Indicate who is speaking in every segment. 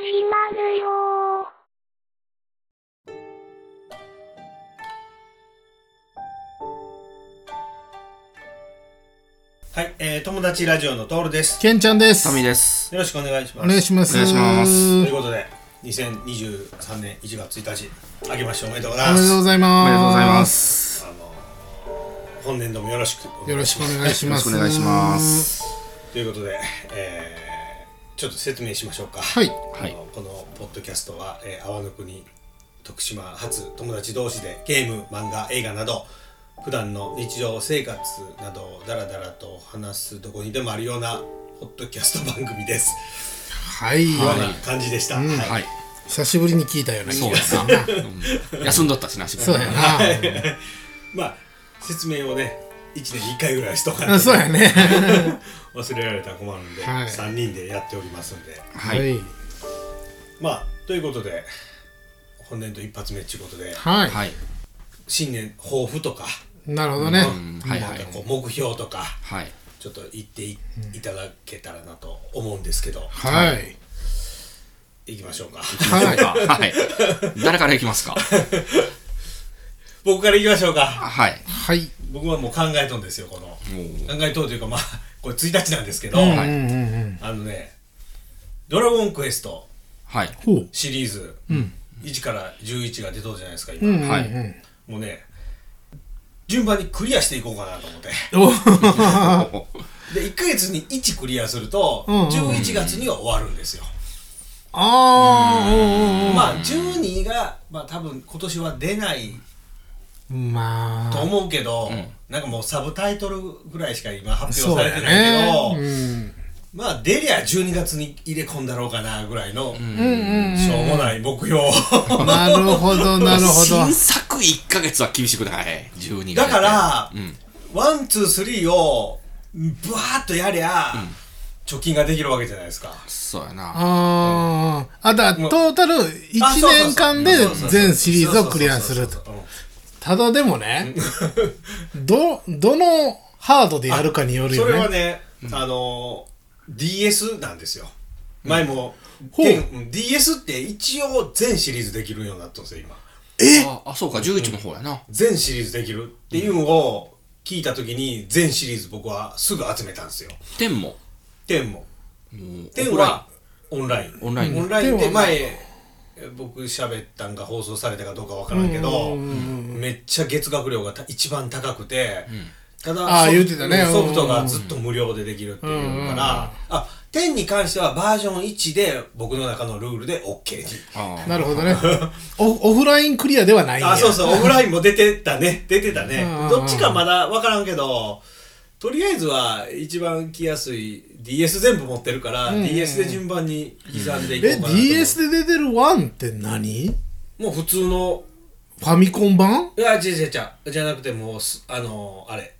Speaker 1: 始まるよ
Speaker 2: はい、えー、友達ラジオのトールです。
Speaker 3: ケンちゃんです。
Speaker 4: トミーです。
Speaker 2: よろしくお願いします。
Speaker 3: お願いします。
Speaker 4: お願いします
Speaker 2: と
Speaker 3: お
Speaker 2: いうことで、2023年1月1日、明けましておめでとうございま。
Speaker 3: めですとうござい
Speaker 4: おめでとうございま
Speaker 3: ます。
Speaker 4: す。
Speaker 2: あのー本年度もよろしく。
Speaker 3: よろしくお願いし
Speaker 4: よろ
Speaker 3: ま
Speaker 4: し
Speaker 3: す。
Speaker 4: くお願いしま。す。
Speaker 2: ということで、えー、ちょっと説明しましょうか。
Speaker 3: はい。
Speaker 2: あのこのポッドキャストは、えー、泡の国徳島発友達同士でゲーム漫画映画など普段の日常生活などをダラダラと話すどこにでもあるようなポッドキャスト番組です。
Speaker 3: はい。
Speaker 2: ような感じでした。
Speaker 3: うん
Speaker 2: はい
Speaker 4: はい。
Speaker 3: 久しぶりに聞いたような気
Speaker 4: そう
Speaker 3: が
Speaker 4: や
Speaker 3: する
Speaker 4: な。うん休んどったしな、仕
Speaker 3: そうやな。
Speaker 2: まあ説明をね1年1回ぐらいしとか
Speaker 3: あ
Speaker 2: ないと
Speaker 3: そうやね。
Speaker 2: 忘れられたら困るんで、
Speaker 3: はい
Speaker 2: 3人でやっておりますんで
Speaker 4: は。
Speaker 3: はいい。
Speaker 2: まあということで本年度一発目っていうことで
Speaker 3: は
Speaker 4: はい。
Speaker 2: 新年抱負とか、
Speaker 3: い。なるほどね。
Speaker 4: うんはい
Speaker 2: な
Speaker 4: は
Speaker 2: ん
Speaker 4: い
Speaker 2: か。こう目標とか
Speaker 4: はい。
Speaker 2: ちょっと言ってい,、ただけたらなと思うんですけど
Speaker 3: はい。
Speaker 2: いきましょうか
Speaker 3: はい。
Speaker 4: はい。誰からいきますか
Speaker 2: 僕からいきましょうか
Speaker 4: はい。
Speaker 3: はい。
Speaker 2: 僕はもう考えとんですよこの考
Speaker 4: お
Speaker 2: えとんというかまあこれ1日なんですけど、
Speaker 3: うんう
Speaker 4: はい
Speaker 3: んうんうん。
Speaker 2: あのね「ドラゴンクエスト」
Speaker 4: はい。
Speaker 3: ほう。
Speaker 2: シリーズ、1から11が出とうじゃないですか
Speaker 3: う
Speaker 2: 今、
Speaker 3: んうんう
Speaker 4: はい
Speaker 3: ん。
Speaker 2: もうね順番にクリアしていこうかなと思って
Speaker 3: お
Speaker 2: で1ヶ月に1クリアすると、
Speaker 3: うんうん
Speaker 2: 11月には終わるんですよ、
Speaker 3: あー
Speaker 2: まあ12が、まあ、多分今年は出ない
Speaker 3: おーおーま
Speaker 2: と
Speaker 3: あ。
Speaker 2: 思うけど、
Speaker 4: ん
Speaker 2: なんかもうサブタイトルぐらいしか今発
Speaker 3: そ
Speaker 2: 表
Speaker 3: う
Speaker 2: され
Speaker 3: や
Speaker 2: てないけど、
Speaker 3: ね。うん
Speaker 2: まあ出りゃ12月に入れ込んだろうかなぐらいの、
Speaker 3: うんうん。
Speaker 2: しょうもない目標
Speaker 3: なるほど、なるほど。
Speaker 4: 新作1ヶ月は厳しくない。12
Speaker 2: だから
Speaker 4: うん。
Speaker 2: ワン、ツー、スリーを、ぶわーっとやりゃ、貯金ができるわけじゃないですか。
Speaker 4: そうやな。
Speaker 3: ああ、あ、だからトータル1
Speaker 2: あそうそうそう
Speaker 3: 年間で
Speaker 2: そうそうそう
Speaker 3: 全シリーズをクリアす
Speaker 2: そ
Speaker 3: る
Speaker 2: う
Speaker 3: と。
Speaker 2: そうそう
Speaker 3: ただでもね、ど、どのハードでやるかによる
Speaker 2: そう
Speaker 3: よ
Speaker 2: それは
Speaker 3: ね。
Speaker 2: ね、あのー、DS なんですよ。前も、
Speaker 3: ほう
Speaker 2: 現うん DS って一応全シリーズできるようになったんですよ、今。
Speaker 4: ああ、そうか、11の方やな。
Speaker 2: 全シリーズできるっていうのを聞いたときに、全シリーズ僕はすぐ集めたんですよ。
Speaker 4: 10も。
Speaker 2: 10も。
Speaker 4: もう
Speaker 2: 10はオンライン。
Speaker 4: オンライン
Speaker 2: オンラインっ
Speaker 3: 10
Speaker 2: て
Speaker 3: は
Speaker 2: 前、僕喋ったんが放送されたかどうかわからんけど、
Speaker 3: うん
Speaker 2: めっちゃ月額料がた一番高くて、ただ
Speaker 3: あー
Speaker 2: ソフ
Speaker 3: 言うてたね
Speaker 2: ソフトがずっと無料でできるっていうから、あ、10に関してはバージョン1で僕の中のルールで OK に。
Speaker 4: ああ。
Speaker 3: なるほどね。オオフラインクリアではないんや
Speaker 2: あ、そうそう、オフラインも出てたね。出てたね
Speaker 3: うんうんう。ん
Speaker 2: どっちかまだわからんけど、とりあえずは一番来やすい DS 全部持ってるから、DS で順番に刻んでいこう
Speaker 3: え、
Speaker 2: かなと思う。
Speaker 3: DS で出てる1って何
Speaker 2: もう普通の、
Speaker 3: ファミコン版
Speaker 2: いや、違う違う違う、じゃなくてもうす、あのー、あれ、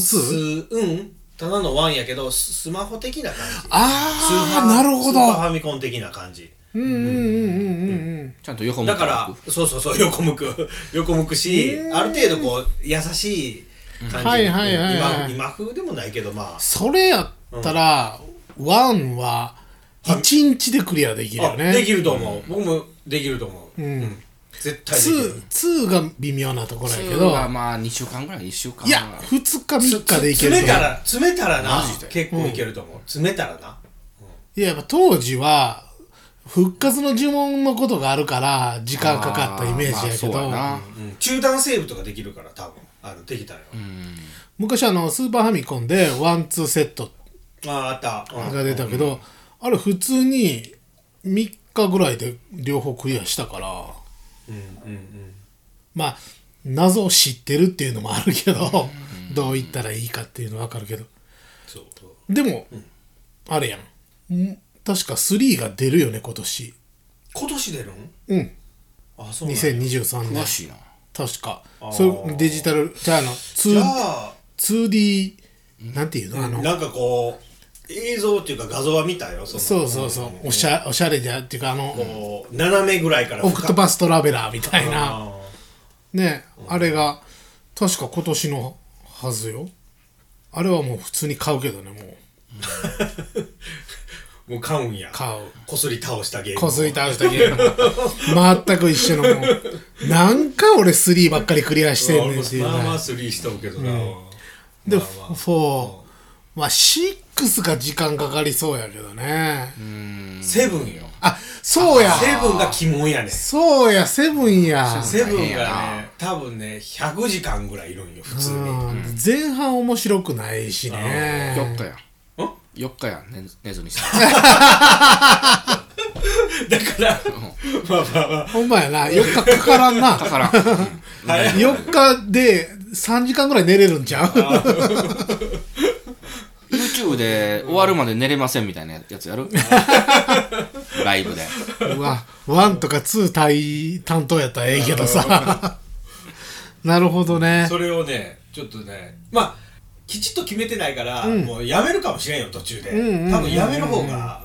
Speaker 2: す
Speaker 3: ?1、2?
Speaker 2: うんただのワンやけどススマホ的な感じ
Speaker 3: ああ、なるほ
Speaker 2: スーパー
Speaker 3: ど。
Speaker 2: ファミコン的な感じ
Speaker 3: うんうんうんうんうんうん。
Speaker 4: ちゃんと横向
Speaker 2: だ
Speaker 4: く
Speaker 2: からそうそうそう横向く 横向くしある程度こう優しい感じ
Speaker 3: はいはいはいは
Speaker 2: 今
Speaker 3: い
Speaker 2: 今風でもないけどまあ
Speaker 3: それやったら、1は1日でクリアできるよ
Speaker 2: あ
Speaker 3: ね。
Speaker 2: できると思う僕もできると思ううんん絶対できる
Speaker 3: 2、2が微妙なところやけ
Speaker 4: 普通
Speaker 3: ど、
Speaker 4: はまあ、2週間ぐらい、1週間。
Speaker 3: いや、2日3日でいけ
Speaker 2: 詰め
Speaker 3: ると
Speaker 2: た
Speaker 3: 思う
Speaker 2: ら詰めたらな
Speaker 4: マジで
Speaker 2: 結構いけると思う詰めたらない
Speaker 3: や、やっぱ当時は、復活の呪文のことがあるから、時間かかったイメージやけど、
Speaker 4: あーまあ
Speaker 2: うん中断セーブとかできるから多分あのできたよ
Speaker 4: そうやなうん
Speaker 3: 昔あの、スーパーファミコンで、ワン、ツーセット
Speaker 2: あああったうん
Speaker 3: が出たけど、あれ普通に3日ぐらいで両方クリアしたから、
Speaker 2: うんうんうん
Speaker 3: まあ、謎を知ってるっていうのもあるけど、どう言ったらいいかっていうのわかるけど。
Speaker 2: そうそう
Speaker 3: でも、あれやん。ん確か3が出るよね、今年。
Speaker 2: 今年出るん
Speaker 3: うん、
Speaker 2: あそうなんや
Speaker 3: 2023年。
Speaker 4: 詳しいな。
Speaker 3: 確か
Speaker 2: ー
Speaker 3: それデジタルじゃああの
Speaker 2: じゃ
Speaker 3: 2-
Speaker 2: あ
Speaker 3: 2D なんていうのあの
Speaker 2: なんかこう映像っていうか画像は見たよその
Speaker 3: そうそうそうおしゃおしゃれじゃっていうかあの
Speaker 2: こう斜めぐらいから
Speaker 3: オクトパストラベラーみたいな
Speaker 2: あ
Speaker 3: ねあれが確か今年のはずよあれはもう普通に買うけどねもう
Speaker 2: ーもう買うんや
Speaker 3: 買う。
Speaker 2: こすり倒したゲーム
Speaker 3: こすり倒したゲーム。全く一緒のもう。なんか俺3ばっかりクリアしてんねんっていう
Speaker 2: 俺
Speaker 3: ぐ
Speaker 2: もまあまあ
Speaker 3: らい。
Speaker 2: 3しとるけどな、
Speaker 3: で、
Speaker 2: まあまあ
Speaker 3: 4。まあ6が時間かかりそうやけどね。
Speaker 2: セブンよ
Speaker 3: あ、そうや
Speaker 2: セブンが鬼門やね
Speaker 3: そうや、セブンや。
Speaker 2: セブ
Speaker 4: 大
Speaker 2: ン
Speaker 4: 変や
Speaker 2: がね
Speaker 4: な
Speaker 2: 多分ね100時間ぐらいいるんよ普通に
Speaker 3: うん前半面白くないしね。
Speaker 4: 4日やん
Speaker 2: ん
Speaker 4: 4日やん寝寝ずにした
Speaker 2: だからまあまあまあ
Speaker 3: ほんまやな、4日かからんな。
Speaker 4: だ からん、うん
Speaker 2: 早い
Speaker 3: 4日で3時間ぐらい寝れるんちゃう
Speaker 4: YouTube で終わるまで寝れませんみたいなやつ やるライブで
Speaker 3: うわ、1とか2対担当やったらええけどさ。なるほどね。
Speaker 2: それをねちょっとねまあきちっと決めてないから、もうやめるかもしれんよ途中で、
Speaker 3: んうんうん
Speaker 2: 多分やめる方が、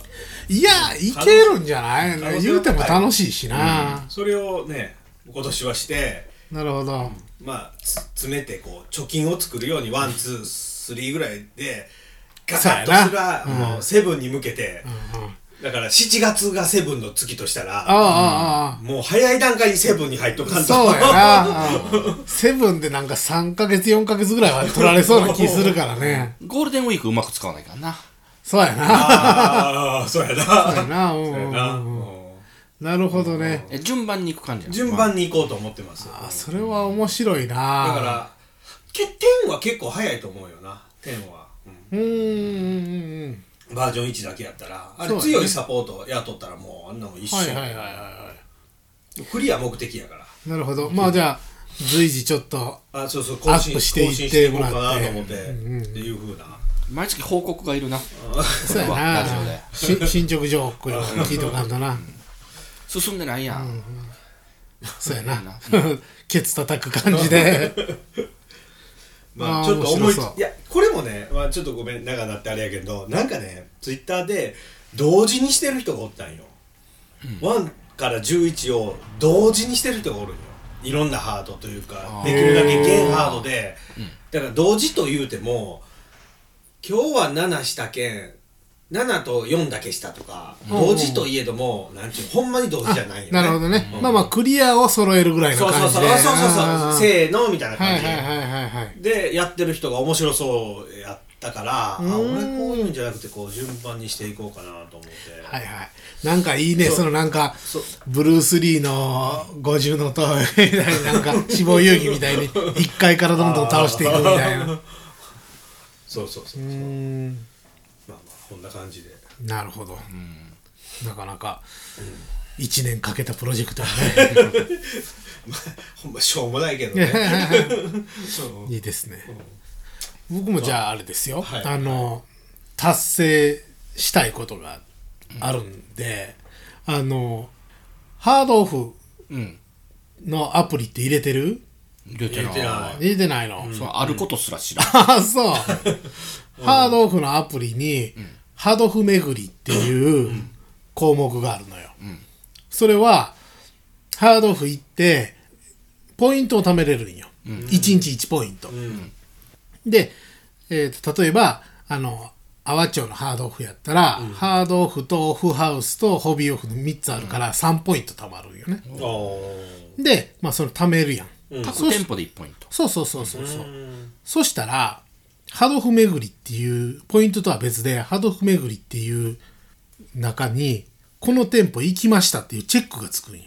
Speaker 3: いや、いけるんじゃな
Speaker 2: 可能性
Speaker 3: い
Speaker 2: は
Speaker 3: 言うても楽しいしな。
Speaker 2: それをね今年はして
Speaker 3: なるほど。
Speaker 2: まあつ詰めてこう貯金を作るようにワンツースリーぐらいでガサッとす
Speaker 3: そうや
Speaker 2: ら
Speaker 3: なうん
Speaker 2: もうセブンに向けて、
Speaker 3: うんうん
Speaker 2: だから7月がセブンの月とした
Speaker 3: ああ
Speaker 2: ら
Speaker 3: あああ
Speaker 2: もう早い段階にセブンに入っとかん
Speaker 3: あ。
Speaker 2: と
Speaker 3: そうやな。うんセブンでなんか3ヶ月、4ヶ月ぐらいは取られそうな気するからね。
Speaker 4: ゴールデンウィークうまく使わないからな
Speaker 3: そうやな。
Speaker 2: ああそうやな
Speaker 3: そうやな。う
Speaker 2: そ
Speaker 3: ん
Speaker 2: ううんや
Speaker 3: う
Speaker 2: な、
Speaker 3: んうん
Speaker 2: うん
Speaker 3: なるほどね。
Speaker 4: え順番に行く感じやん
Speaker 2: 順番に行こうと思ってますだ
Speaker 3: あそれは面白いな
Speaker 2: か
Speaker 3: だ
Speaker 2: らけ10は結構早いと思うよな10は、
Speaker 3: うーん
Speaker 2: うんバージョン1だけやったらあれ
Speaker 3: そうね
Speaker 2: 強いサポート雇ったらもうあんなもん一
Speaker 3: はいは
Speaker 2: 緒、
Speaker 3: いはいはいは
Speaker 2: クリア目的やから
Speaker 3: いなるほどまあじゃあ随時ちょっと
Speaker 2: あそうそう更
Speaker 3: アッ
Speaker 2: 新
Speaker 3: プしていって
Speaker 2: 更新していこうか
Speaker 3: もら
Speaker 2: な
Speaker 3: って
Speaker 2: と思って、
Speaker 3: うんうん
Speaker 2: っていうふうな
Speaker 4: 毎月報告がいるな
Speaker 3: そうや
Speaker 4: 僕はラジオ
Speaker 3: なし進捗情報聞いとかんとな
Speaker 4: で進んでないやん、
Speaker 3: そうやなケツ叩く感じで
Speaker 2: ま
Speaker 3: あー
Speaker 2: あちょっと思い
Speaker 3: 面
Speaker 2: つ
Speaker 3: 白そう
Speaker 2: いやこれもね、まあ、ちょっとごめん長なってあれやけどなんかねツイッターで同時にしてる人がおったんよ、1から11を同時にしてる人がおるんよいろんなハードというか
Speaker 4: あー
Speaker 2: できるだけ現ハードで、だから同時と言うても今日は7したけん7と4だけしたとか、
Speaker 3: ん
Speaker 2: 同時といえどもなんていうほんまに同時じゃないよね
Speaker 3: なるほどね
Speaker 2: うん
Speaker 3: まあまあクリアを揃えるぐらいの
Speaker 2: そうそ
Speaker 3: 感
Speaker 2: うそ
Speaker 3: じ
Speaker 2: う
Speaker 3: で
Speaker 2: あそうそうそう
Speaker 3: あー
Speaker 2: せーのみたいな
Speaker 3: はい
Speaker 2: 感
Speaker 3: はい
Speaker 2: じ、
Speaker 3: はいはいはい
Speaker 2: でやってる人が面白そうやったからあ
Speaker 3: うーん
Speaker 2: 俺こういうんじゃなくてこう順番にしていこうかなと思って、
Speaker 3: はいはいなんかいいねそのなんか
Speaker 2: そう
Speaker 3: ブルース・リーの50の塔みたいななんか死亡遊戯みた いに1回からどんどん倒していくみたいなう
Speaker 2: そうそうそうそう、
Speaker 3: ー
Speaker 2: ま
Speaker 3: ん
Speaker 2: あまあこんな感じで
Speaker 3: なるほど、なかなか1年かけたプロジェク トだね
Speaker 2: ほんましょうもないけどねそう
Speaker 3: いいですね僕もじゃああれですよ、
Speaker 2: はい
Speaker 3: あの達成したいことがあるんで、あのハードオフ
Speaker 4: うん
Speaker 3: のアプリって入れてる
Speaker 4: 入れて
Speaker 2: 入
Speaker 4: な
Speaker 2: れてな
Speaker 3: 入れてないの、
Speaker 4: そうあることすら知らん
Speaker 3: あそうハードオフのアプリに、ハードオフ巡りっていう項目があるのよ、それはハードオフ行ってポイントを貯めれるんよ、1日1ポイント、
Speaker 2: ん
Speaker 3: で、えーと例えばあの阿波町のハードオフやったら、ハードオフとオフハウスとホビーオフの3つあるから3ポイント貯まるんよね、
Speaker 2: あー
Speaker 3: でまあそれ貯めるやん、
Speaker 4: 各店舗で1ポイント
Speaker 3: そうそうそうそうそう、
Speaker 2: うん
Speaker 3: そしたら、ハドフ巡りっていう、ポイントとは別で、ハドフ巡りっていう中に、この店舗行きましたっていうチェックがつくんよ。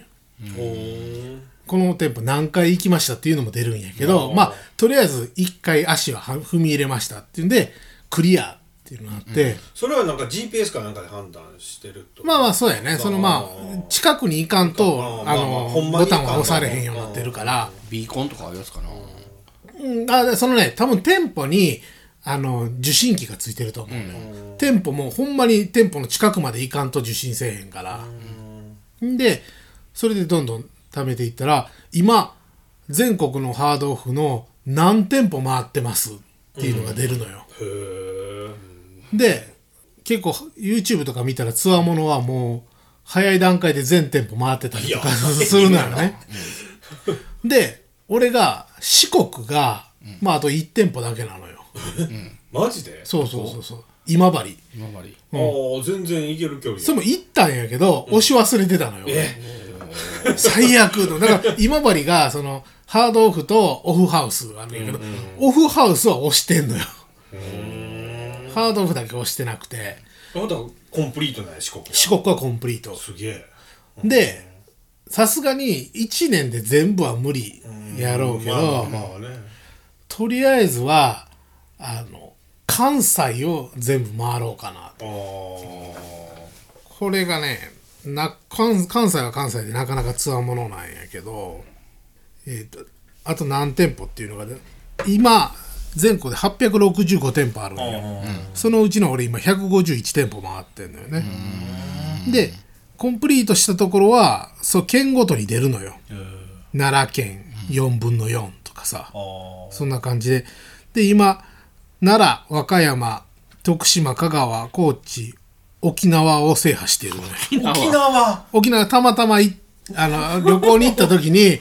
Speaker 2: ほー
Speaker 3: この店舗何回行きましたっていうのも出るんやけど、まあ、とりあえず1回足はは踏み入れましたっていうんで、クリアっていうのがあって、
Speaker 2: それはなんか GPS かなんかで判断してると
Speaker 3: まあまあそうやね、そのまあ、近くに行かんと、
Speaker 2: ま
Speaker 3: あ
Speaker 2: あまあ
Speaker 3: の
Speaker 2: ほん、まに
Speaker 3: ボ
Speaker 2: 行か
Speaker 3: タ
Speaker 2: ん
Speaker 3: ン
Speaker 2: と
Speaker 3: は押されへんようになってるから、
Speaker 4: ビーコンとかあるやつかな
Speaker 3: うん、あでそのね多分店舗にあの受信機がついてると思うのよ、店舗もほんまに店舗の近くまで行かんと受信せえへんから、ん、でそれでどんどん貯めていったら今全国のハードオフの何店舗回ってますっていうのが出るのよ、
Speaker 2: へー
Speaker 3: で結構 YouTube とか見たらつわものはもう早い段階で全店舗回ってたりとか
Speaker 2: いや
Speaker 3: するのよね。で俺が四国が、まああと1店舗だけなのよ。
Speaker 2: マジで
Speaker 3: そうそうそうそう。今治
Speaker 4: 今治
Speaker 2: ああ全然いける距離
Speaker 3: それも行ったんやけど、押し忘れてたのよ、
Speaker 2: え
Speaker 3: 最悪のだから今治がそのハードオフとオフハウスあるんやけど、オフハウスは押してんのよハードオフだけ押してなくて
Speaker 2: あなたコンプリートなんや四国
Speaker 3: 四国はコンプリート
Speaker 2: すげえ
Speaker 3: でさすがに1年で全部は無理やろうけど、
Speaker 2: まあまあね
Speaker 3: とりあえずはあの関西を全部回ろうかな
Speaker 2: ああ
Speaker 3: これがねな関関西は関西でなかなかツアーものなんやけど、えー、とあと何店舗っていうのがね今全国で865店舗あるんよそのうちの俺今151店舗回ってんのよねでコンプリートしたところはそう県ごとに出るのよ奈良県4分の4とかさ、
Speaker 2: あ
Speaker 3: そんな感じで。で、今、奈良、和歌山、徳島、香川、高知、沖縄を制覇しているのね。
Speaker 2: あ沖縄
Speaker 3: 沖縄たまたまいあの旅行に行った時に、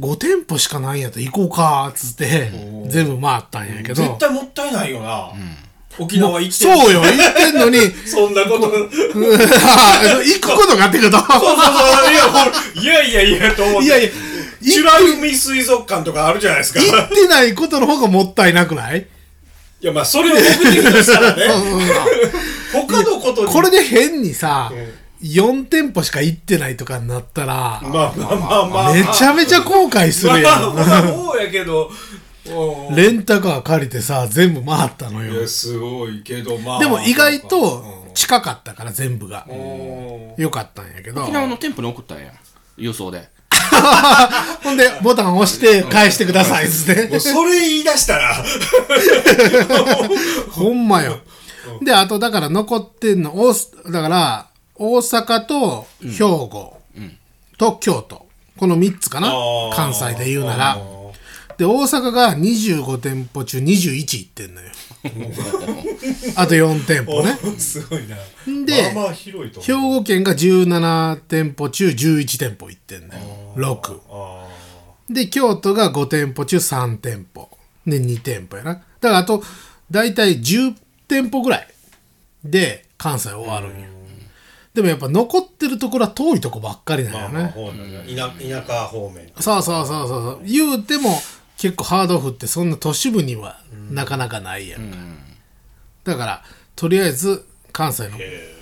Speaker 3: 5店舗しかないんやったら行こうか、つって、全部回ったんやけど。
Speaker 2: 絶対もったいないよな沖縄行って
Speaker 3: そうよ、行ってんのに、
Speaker 2: そんなこと
Speaker 3: 行くことがってこと。
Speaker 2: いやいやいやと思って
Speaker 3: いやいや、
Speaker 2: 美
Speaker 3: 行
Speaker 2: ら海水族館とかあるじゃないですか。
Speaker 3: 行ってないことの方がもったいなくない
Speaker 2: いや、まあ、それを目的としたらね、他のことに。
Speaker 3: これで変にさ、4店舗しか行ってないとかになったら、
Speaker 2: まあまあまあまあ。
Speaker 3: めちゃめちゃ後悔するや
Speaker 2: まあ
Speaker 3: ん。
Speaker 2: まあ、そうやけど。うん
Speaker 3: レンタカー借りてさ、全部回ったの
Speaker 2: い
Speaker 3: よ
Speaker 2: や、。すごいけど、まあ。
Speaker 3: でも意外と
Speaker 2: うん
Speaker 3: 近かったから全部が。
Speaker 2: うん
Speaker 3: よかったんやけど。
Speaker 4: 沖縄の店舗に送ったんや郵送で
Speaker 3: ほんで、ボタン押して返してくださいっす
Speaker 2: も
Speaker 3: ね
Speaker 2: う。それ言い出したら、
Speaker 3: ほんまよ。で、あとだから残ってんの、大阪だから、大阪と兵庫と京都。この3つかな
Speaker 2: あー
Speaker 3: 関西で言うなら。で、大阪が25店舗中21行って んのよ。あと4店舗ね。
Speaker 2: すごいな。
Speaker 3: で
Speaker 2: まあまあ広いと
Speaker 3: 兵
Speaker 2: 思う。
Speaker 3: 庫県が17店舗中11店舗行ってんだよ6
Speaker 2: あ
Speaker 3: で京都が5店舗中3店舗で2店舗やなだからあと大体10店舗ぐらいで関西終わるんよでもやっぱ残ってるところは遠いとこばっかりなん
Speaker 2: ーま
Speaker 3: よ
Speaker 2: あ
Speaker 3: ね、
Speaker 2: まあ方なんだ田田舎方面。
Speaker 3: そうそうそうそうそう言うても結構ハードオフってそんな都市部にはなかなかないやんか、だからとりあえず関西の
Speaker 2: え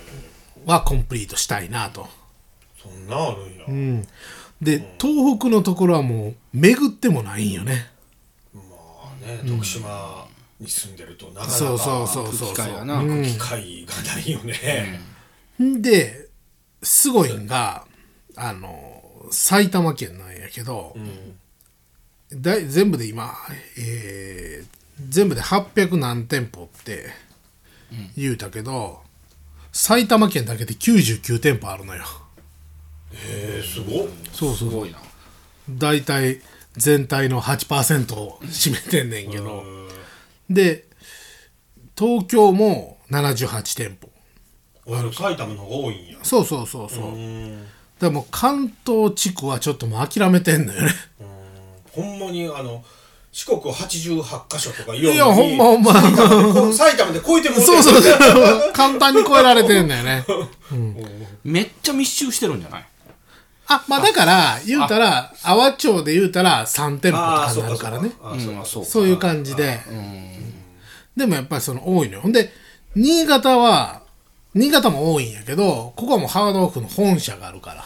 Speaker 3: はコンプリートしたいなと
Speaker 2: ーそんなあるんや。
Speaker 3: で、東北のところはもう巡ってもないんよね、
Speaker 2: まあね、徳島に住んでると、なかなか。
Speaker 3: そうそうそうそうそ
Speaker 4: 機会や
Speaker 3: う
Speaker 4: な、うん
Speaker 2: 機会がないよね。
Speaker 3: んですごいんがあの埼玉県なんやけど、だい全部で今、えー全部で800何店舗って言うたけど、埼玉県だけで99店舗あるのよ
Speaker 2: えー、すごっ。
Speaker 3: そうそ
Speaker 4: すごいな
Speaker 3: 大体全体の8%を占めてんねんけどで東京も78店舗
Speaker 2: 俺の埼玉の方が多いんや。
Speaker 3: そうそうそうそ
Speaker 2: う
Speaker 3: う、だか
Speaker 2: ーん。
Speaker 3: らもう関東地区はちょっともう諦めてん のよね
Speaker 2: ほんまにあの四国八十八箇所とか言うのに
Speaker 3: いやほんまほんま
Speaker 2: こう埼玉で超えても
Speaker 3: そうそうそう簡単に超えられてんだよね
Speaker 4: めっちゃ密集してるんじゃない
Speaker 3: あまあだから言うたら阿波町で言うたら3店
Speaker 2: ああ
Speaker 3: 舗と
Speaker 2: そう
Speaker 3: かに
Speaker 2: かそう
Speaker 3: なるから
Speaker 2: か
Speaker 3: ね
Speaker 2: あー
Speaker 4: うん
Speaker 2: そう
Speaker 4: まあ
Speaker 2: か
Speaker 4: そうか
Speaker 3: そういう感じで
Speaker 4: うん
Speaker 3: でもやっぱりその多いのよほんで新潟は新潟も多いんやけどここはもうハードオフの本社があるから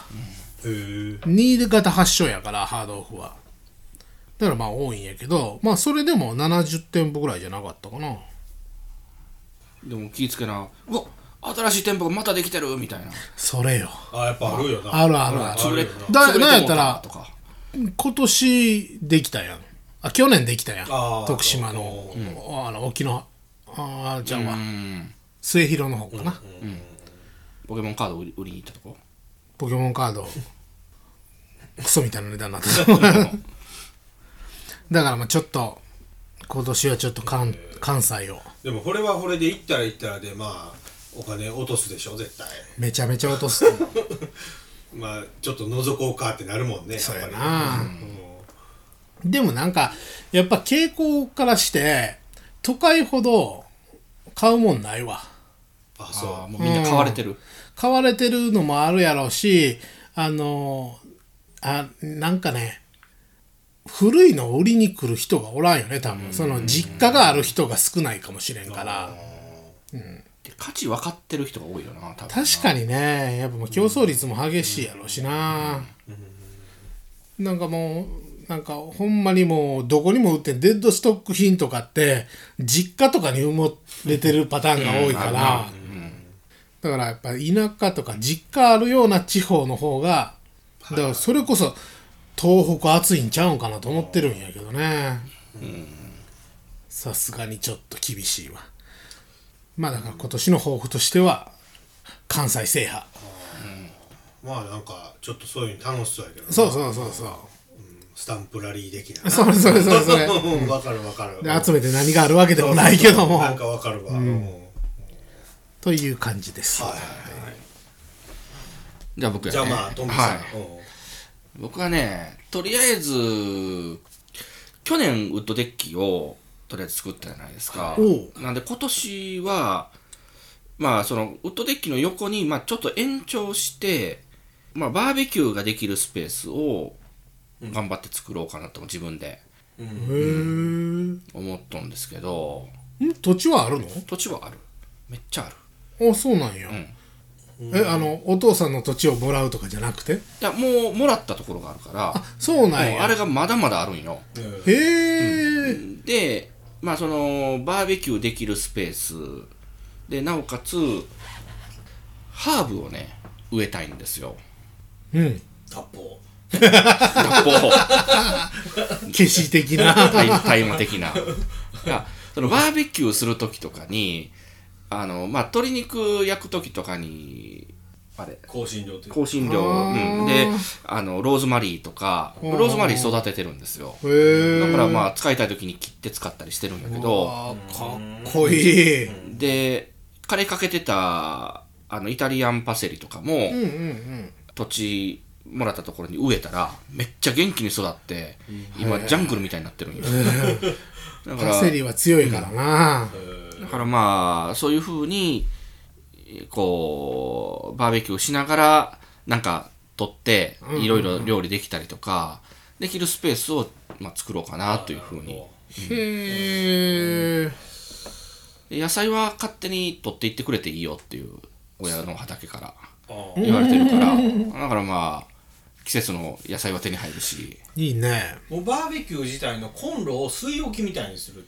Speaker 2: へー
Speaker 3: 新潟発祥やからハードオフはだからまあ多いんやけどまあそれでも70店舗ぐらいじゃなかったかな
Speaker 4: でも気ぃつけなうわ新しい店舗がまたできてるみたいな
Speaker 3: それよ
Speaker 2: あーやっぱあるよな
Speaker 3: あるあるある
Speaker 4: 潰れ
Speaker 2: あるよ
Speaker 3: なだ
Speaker 4: 潰れてもう
Speaker 3: なんやったら
Speaker 4: とか
Speaker 3: 今年できたやんあ去年できたやん
Speaker 2: あー
Speaker 3: 徳島の,、あの沖縄あーじゃあ、
Speaker 4: う
Speaker 3: まあ
Speaker 4: ん
Speaker 3: 末広の方かな、
Speaker 4: ポケモンカード売り売りに行ったとこ
Speaker 3: ポケモンカードクソみたいな値段になっただからまあちょっと今年はちょっと関関西を
Speaker 2: でもこれはこれで行ったら行ったらでまあお金落とすでしょ絶対
Speaker 3: めちゃめちゃ落とすと思う
Speaker 2: まあちょっと覗こうかってなるもんね
Speaker 3: そうや
Speaker 2: っぱり
Speaker 3: な
Speaker 2: う
Speaker 3: でもなんかやっぱ傾向からして都会ほど買うもんないわ
Speaker 2: あ
Speaker 4: あ
Speaker 2: そう
Speaker 4: ーもうみんな買われてる、
Speaker 3: 買われてるのもあるやろうしあのあなんかね古いのを売りに来る人がおらんよね多分その実家がある人が少ないかもしれんから
Speaker 4: で価値分かってる人が多いよな多分
Speaker 3: 確かにねやっぱもう競争率も激しいやろうしななんかもうなんかほんまにもうどこにも売ってんデッドストック品とかって実家とかに埋もれてるパターンが多いからだからやっぱ田舎とか実家あるような地方の方がだからそれこそ東北暑いんちゃうんかなと思ってるんやけどねさすがにちょっと厳しいわまあだから今年の抱負としては関西制覇
Speaker 2: まあなんかちょっとそういうの楽しそうやけどな
Speaker 3: そうそうそうそう
Speaker 2: スタンプラリー的な
Speaker 3: それそれそれそれ
Speaker 2: うんわかるわかる
Speaker 3: で集めて何があるわけでもないけども
Speaker 2: なんかわかるわ、うん
Speaker 3: という感じです、
Speaker 4: じゃあ僕や
Speaker 2: じゃあ
Speaker 4: ね
Speaker 2: まあトミーさん、
Speaker 4: はい
Speaker 2: うん
Speaker 4: 僕はねとりあえず去年ウッドデッキをとりあえず作ったじゃないですか
Speaker 3: お
Speaker 4: なんで今年はまあそのウッドデッキの横に、まあ、ちょっと延長して、まあ、バーベキューができるスペースを頑張って作ろうかなと自分で思っとんですけど
Speaker 3: へえん土地はあるの
Speaker 4: 土地はあるめっちゃある
Speaker 3: あそうなんや、えあのお父さんの土地をもらうとかじゃなくて
Speaker 4: いやもうもらったところがあるから
Speaker 3: そう
Speaker 4: もう
Speaker 3: なんや
Speaker 4: あれがまだまだあるんよ
Speaker 3: へえ、
Speaker 4: でまあそのバーベキューできるスペースでなおかつハーブをね植えたいんですよ
Speaker 3: うん、
Speaker 2: 脱法
Speaker 4: 脱法
Speaker 3: 景色的な
Speaker 4: タイタイム的ながそのバーベキューする時とかにあのまあ鶏肉焼く時とかにあれ
Speaker 2: 香辛料という
Speaker 4: 香辛料、
Speaker 3: あー
Speaker 4: うん、であのローズマリーとか
Speaker 3: うん
Speaker 4: ローズマリー育ててるんですよ
Speaker 3: へえ
Speaker 4: だからまあ使いたい時に切って使ったりしてるんだけど
Speaker 3: かっこいいうん
Speaker 4: で枯れかけてたあのイタリアンパセリとかも、
Speaker 3: うんうん
Speaker 4: 土地もらったところに植えたらめっちゃ元気に育って、今ジャングルみたいになってるんよ、だから
Speaker 3: パセリは強いからな、
Speaker 4: だからまあそういうふうにこうバーベキューしながらなんか取っていろいろ料理できたりとか、できるスペースを、まあ、作ろうかなというふうに
Speaker 3: へえ
Speaker 4: で野菜は勝手に取っていってくれていいよっていう親の畑から。
Speaker 2: あー
Speaker 4: 言われてるからだからまあ季節の野菜は手に入るし
Speaker 3: いいね
Speaker 2: もうバーベキュー自体のコンロを据え置きみたいにする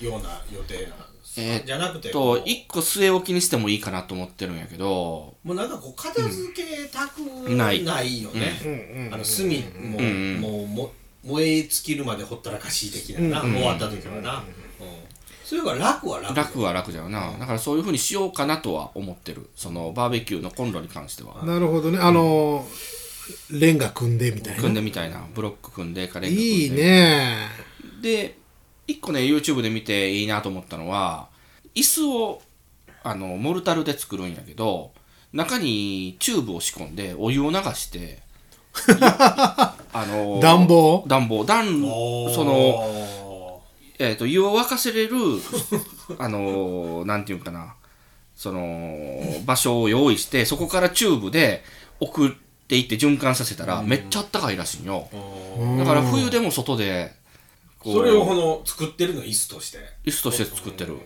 Speaker 2: ような予定なんですか、
Speaker 4: えーっと
Speaker 2: じゃなくて
Speaker 4: と
Speaker 2: こう
Speaker 4: 1個据え置きにしてもいいかなと思ってるんやけど
Speaker 2: もうなんかこう片付けたく
Speaker 4: ん
Speaker 2: な
Speaker 4: ないい
Speaker 2: よね、あの炭も,、
Speaker 4: ん
Speaker 2: もうも燃え尽きるまでほったらかし的なな、終わった時はな、うんそれが楽は楽だ
Speaker 4: 楽は楽だよなだからそういうふうにしようかなとは思ってるそのバーベキューのコンロに関しては
Speaker 3: なるほどねあのレンガ組んでみたい
Speaker 4: 組ん
Speaker 3: な
Speaker 4: でみたいなブロック組んでカレンダー組
Speaker 3: いい
Speaker 4: んで
Speaker 3: ね
Speaker 4: で1個ね YouTube で見ていいなと思ったのは椅子をあのモルタルで作るんやけど中にチューブを仕込んでお湯を流してあの
Speaker 3: 暖房
Speaker 4: 暖房暖
Speaker 2: おー
Speaker 4: その、えー、と湯を沸かせれるあのーなんていうんかなその場所を用意してそこからチューブで送っていって循環させたらめっちゃあったかいらしいんよだから冬でも外でこう
Speaker 2: それをこの作ってるの椅子として
Speaker 4: 椅子として作ってる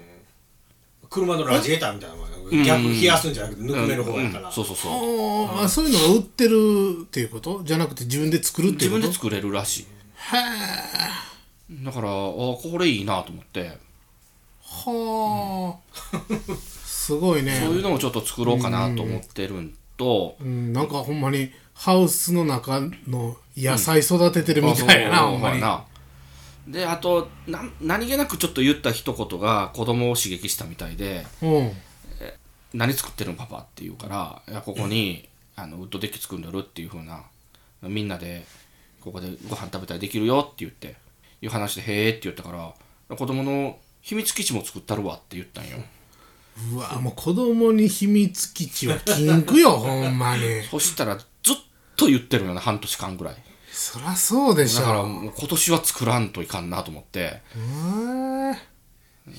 Speaker 2: 車のラジエーターみたいなもんやな逆に冷やすんじゃなくてぬくめる方やから、
Speaker 4: うんそうそうそう
Speaker 3: ああそういうのが売ってるっていうことじゃなくて自分で作るってい
Speaker 4: 自
Speaker 3: うこ
Speaker 4: 分
Speaker 3: と
Speaker 4: で作れるらしい
Speaker 3: は
Speaker 4: だからあーこれいいなと思って
Speaker 3: あはあ、すごいね
Speaker 4: そういうのをちょっと作ろうかなと思ってるんと
Speaker 3: うん、なんかほんまにハウスの中の野菜育ててるみたいやな、
Speaker 4: あそう
Speaker 3: ほんまに
Speaker 4: なであとな何気なくちょっと言った一言が子供を刺激したみたいで
Speaker 3: うん
Speaker 4: 「何作ってるのパパ」って言うから「いやここに、あのウッドデッキ作るんだろ」っていうふうなみんなでここでご飯食べたりできるよって言っていう話で「へえ」って言ったから子供の秘密基地も作ったるわって言ったんよ
Speaker 3: うわもう子供に秘密基地は禁句よほんまに
Speaker 4: そしたらずっと言ってるよね半年間ぐらい
Speaker 3: そらそうでし
Speaker 4: だから
Speaker 3: ょ
Speaker 4: もう今年は作らんといかんなと思って
Speaker 3: うーん
Speaker 4: だ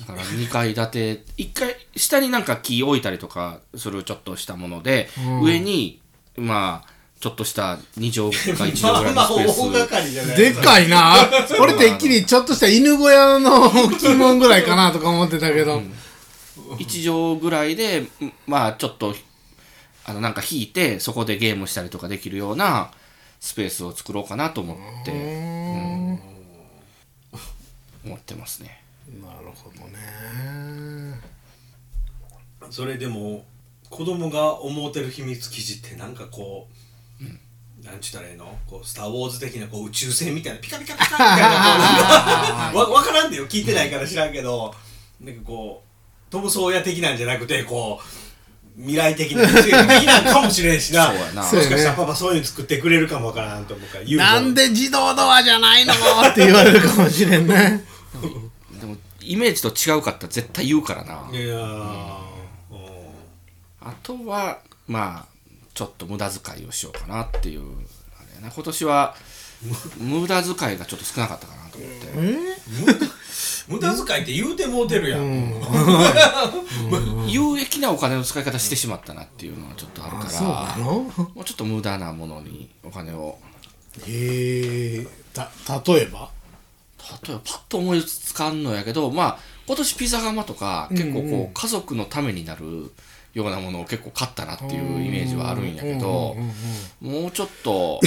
Speaker 4: から2階建て1階下になんか木置いたりとかするちょっとしたもので、
Speaker 3: うん
Speaker 4: 上にまあちょっとした2畳か1
Speaker 5: ま
Speaker 4: 畳ぐ
Speaker 5: あ
Speaker 4: らい
Speaker 5: ま
Speaker 4: の
Speaker 5: あ
Speaker 4: スペ
Speaker 5: 大
Speaker 4: ース
Speaker 5: 掛かりじゃない
Speaker 3: でっ
Speaker 5: す
Speaker 3: かいな俺てっきりちょっとした犬小屋の大きいもんぐらいかなとか思ってたけど、
Speaker 4: 1畳ぐらいでんまあちょっとあのなんか引いてそこでゲームしたりとかできるようなスペースを作ろうかなと思って
Speaker 3: うん
Speaker 4: 思ってますね
Speaker 3: なるほどね
Speaker 5: それでも子供が思うてる秘密基地ってなんかこう、なんちゅったらええのこうスター・ウォーズ的なこう宇宙船みたいな ピカピカピカみたいなこう わ分からんでよ聞いてないから知らんけど、なんかこうトム・ソーヤ的なんじゃなくてこう未来的な宇宙船的なんかもしれんしな
Speaker 4: そうやな
Speaker 5: もしかしたらパパそういうの作ってくれるかもわからんと思うから UFO
Speaker 3: なんで自動ドアじゃないのって言われるかもしれんね
Speaker 4: でもイメージと違うかったら絶対言うからない
Speaker 5: やーうん
Speaker 4: あとはまあちょっと無駄遣いをしようかなっていうあれやな今年は無駄遣いがちょっと少なかったかなと思って、
Speaker 5: 無駄遣いって言うてもうてるやん、
Speaker 4: 有益なお金の使い方してしまったなっていうのはちょっとあるか
Speaker 3: そうな
Speaker 4: ら
Speaker 3: の
Speaker 4: もうちょっと無駄なものにお金を
Speaker 3: へえた例えば
Speaker 4: 例えばパッと思いつかんのやけどまあ今年ピザ窯とか結構こう、家族のためになるようなものを結構買ったなっていうイメージはあるんやけどもうちょっ と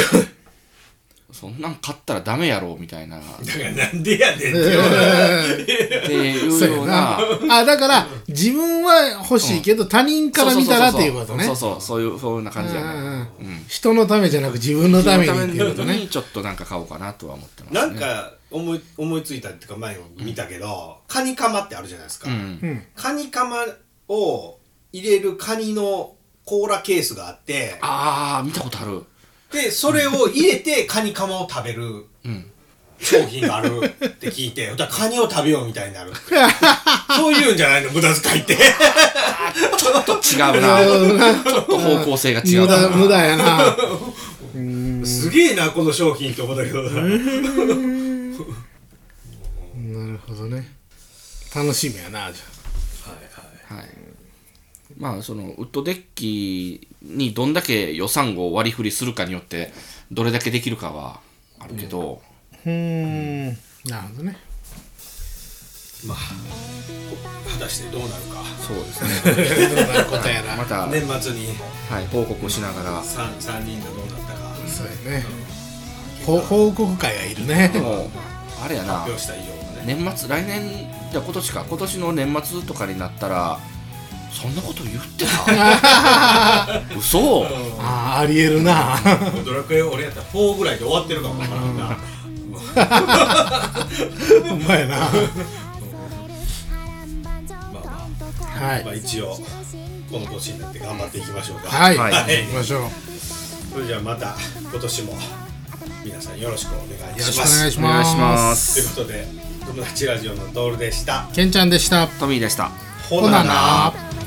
Speaker 4: そんなん買ったらダメやろうみたい なっ
Speaker 5: だからなんでやねんって
Speaker 4: ていう
Speaker 3: そう
Speaker 4: よ
Speaker 3: や
Speaker 4: うな
Speaker 3: な。あだから自分は欲しいけど他人から見たらっていうことね
Speaker 4: そうそうそうそういうそういうな感じや
Speaker 3: うんうん
Speaker 4: ね
Speaker 3: うん人のためじゃなく自分のためにっていうことね
Speaker 4: にちょっとなんか買おうかなとは思ってますね
Speaker 5: なんか思い思いついたっていうか前も見たけど、カニカマってあるじゃないですか、
Speaker 4: うん
Speaker 3: うん
Speaker 5: カニカマを入れるカニのコーラケースがあって
Speaker 4: ああ見たことある
Speaker 5: でそれを入れてカニカマを食べる
Speaker 4: うん
Speaker 5: 商品があるって聞いてだからカニを食べようみたいになるってそういうんじゃないの無駄遣いって
Speaker 4: ちょっと違う
Speaker 3: なるほど
Speaker 4: な
Speaker 3: な
Speaker 4: ちょっと方向性が違う
Speaker 3: 無
Speaker 4: な
Speaker 3: 駄無駄やな
Speaker 5: すげえなこの商品って思ったけど
Speaker 3: なるほどね楽しみやなじゃ
Speaker 4: はい、まあそのウッドデッキにどんだけ予算を割り振りするかによってどれだけできるかはあるけど、
Speaker 3: あうんなるほどね
Speaker 5: まあ果たしてどうなるか
Speaker 4: そうですね
Speaker 3: どうなることや
Speaker 4: ま
Speaker 3: ら
Speaker 4: た、
Speaker 5: 年末に
Speaker 4: はい、報告しながら
Speaker 5: 3, 3人がどうなったか
Speaker 3: そうやねほ報告会がいるね
Speaker 4: でもあれやな
Speaker 5: 発表したいようなね
Speaker 4: 年末来年じゃあ今年か今年の年末とかになったらそんなこと言って た嘘
Speaker 3: ああありえるな
Speaker 5: ドラクエ俺やったら4ぐらいで終わってるかもわからんな
Speaker 3: ほんまやな
Speaker 5: まあま
Speaker 3: は
Speaker 5: あ、まあ、
Speaker 3: い
Speaker 5: 一応この年になって頑張っていきましょうか
Speaker 3: はい
Speaker 4: はい
Speaker 3: 行きましょうよ
Speaker 5: それじゃあまた今年も皆さんよろしくお願い
Speaker 3: ろし
Speaker 5: し
Speaker 3: くお
Speaker 5: ま
Speaker 3: 願
Speaker 5: す
Speaker 3: いし
Speaker 4: お願いし
Speaker 3: ま
Speaker 4: ます
Speaker 5: という
Speaker 4: す
Speaker 5: ことで友達ラジオのドールでした
Speaker 3: けんちゃんでした
Speaker 4: トミーでした
Speaker 5: ほ
Speaker 3: ほなな
Speaker 5: な
Speaker 3: ら
Speaker 1: 「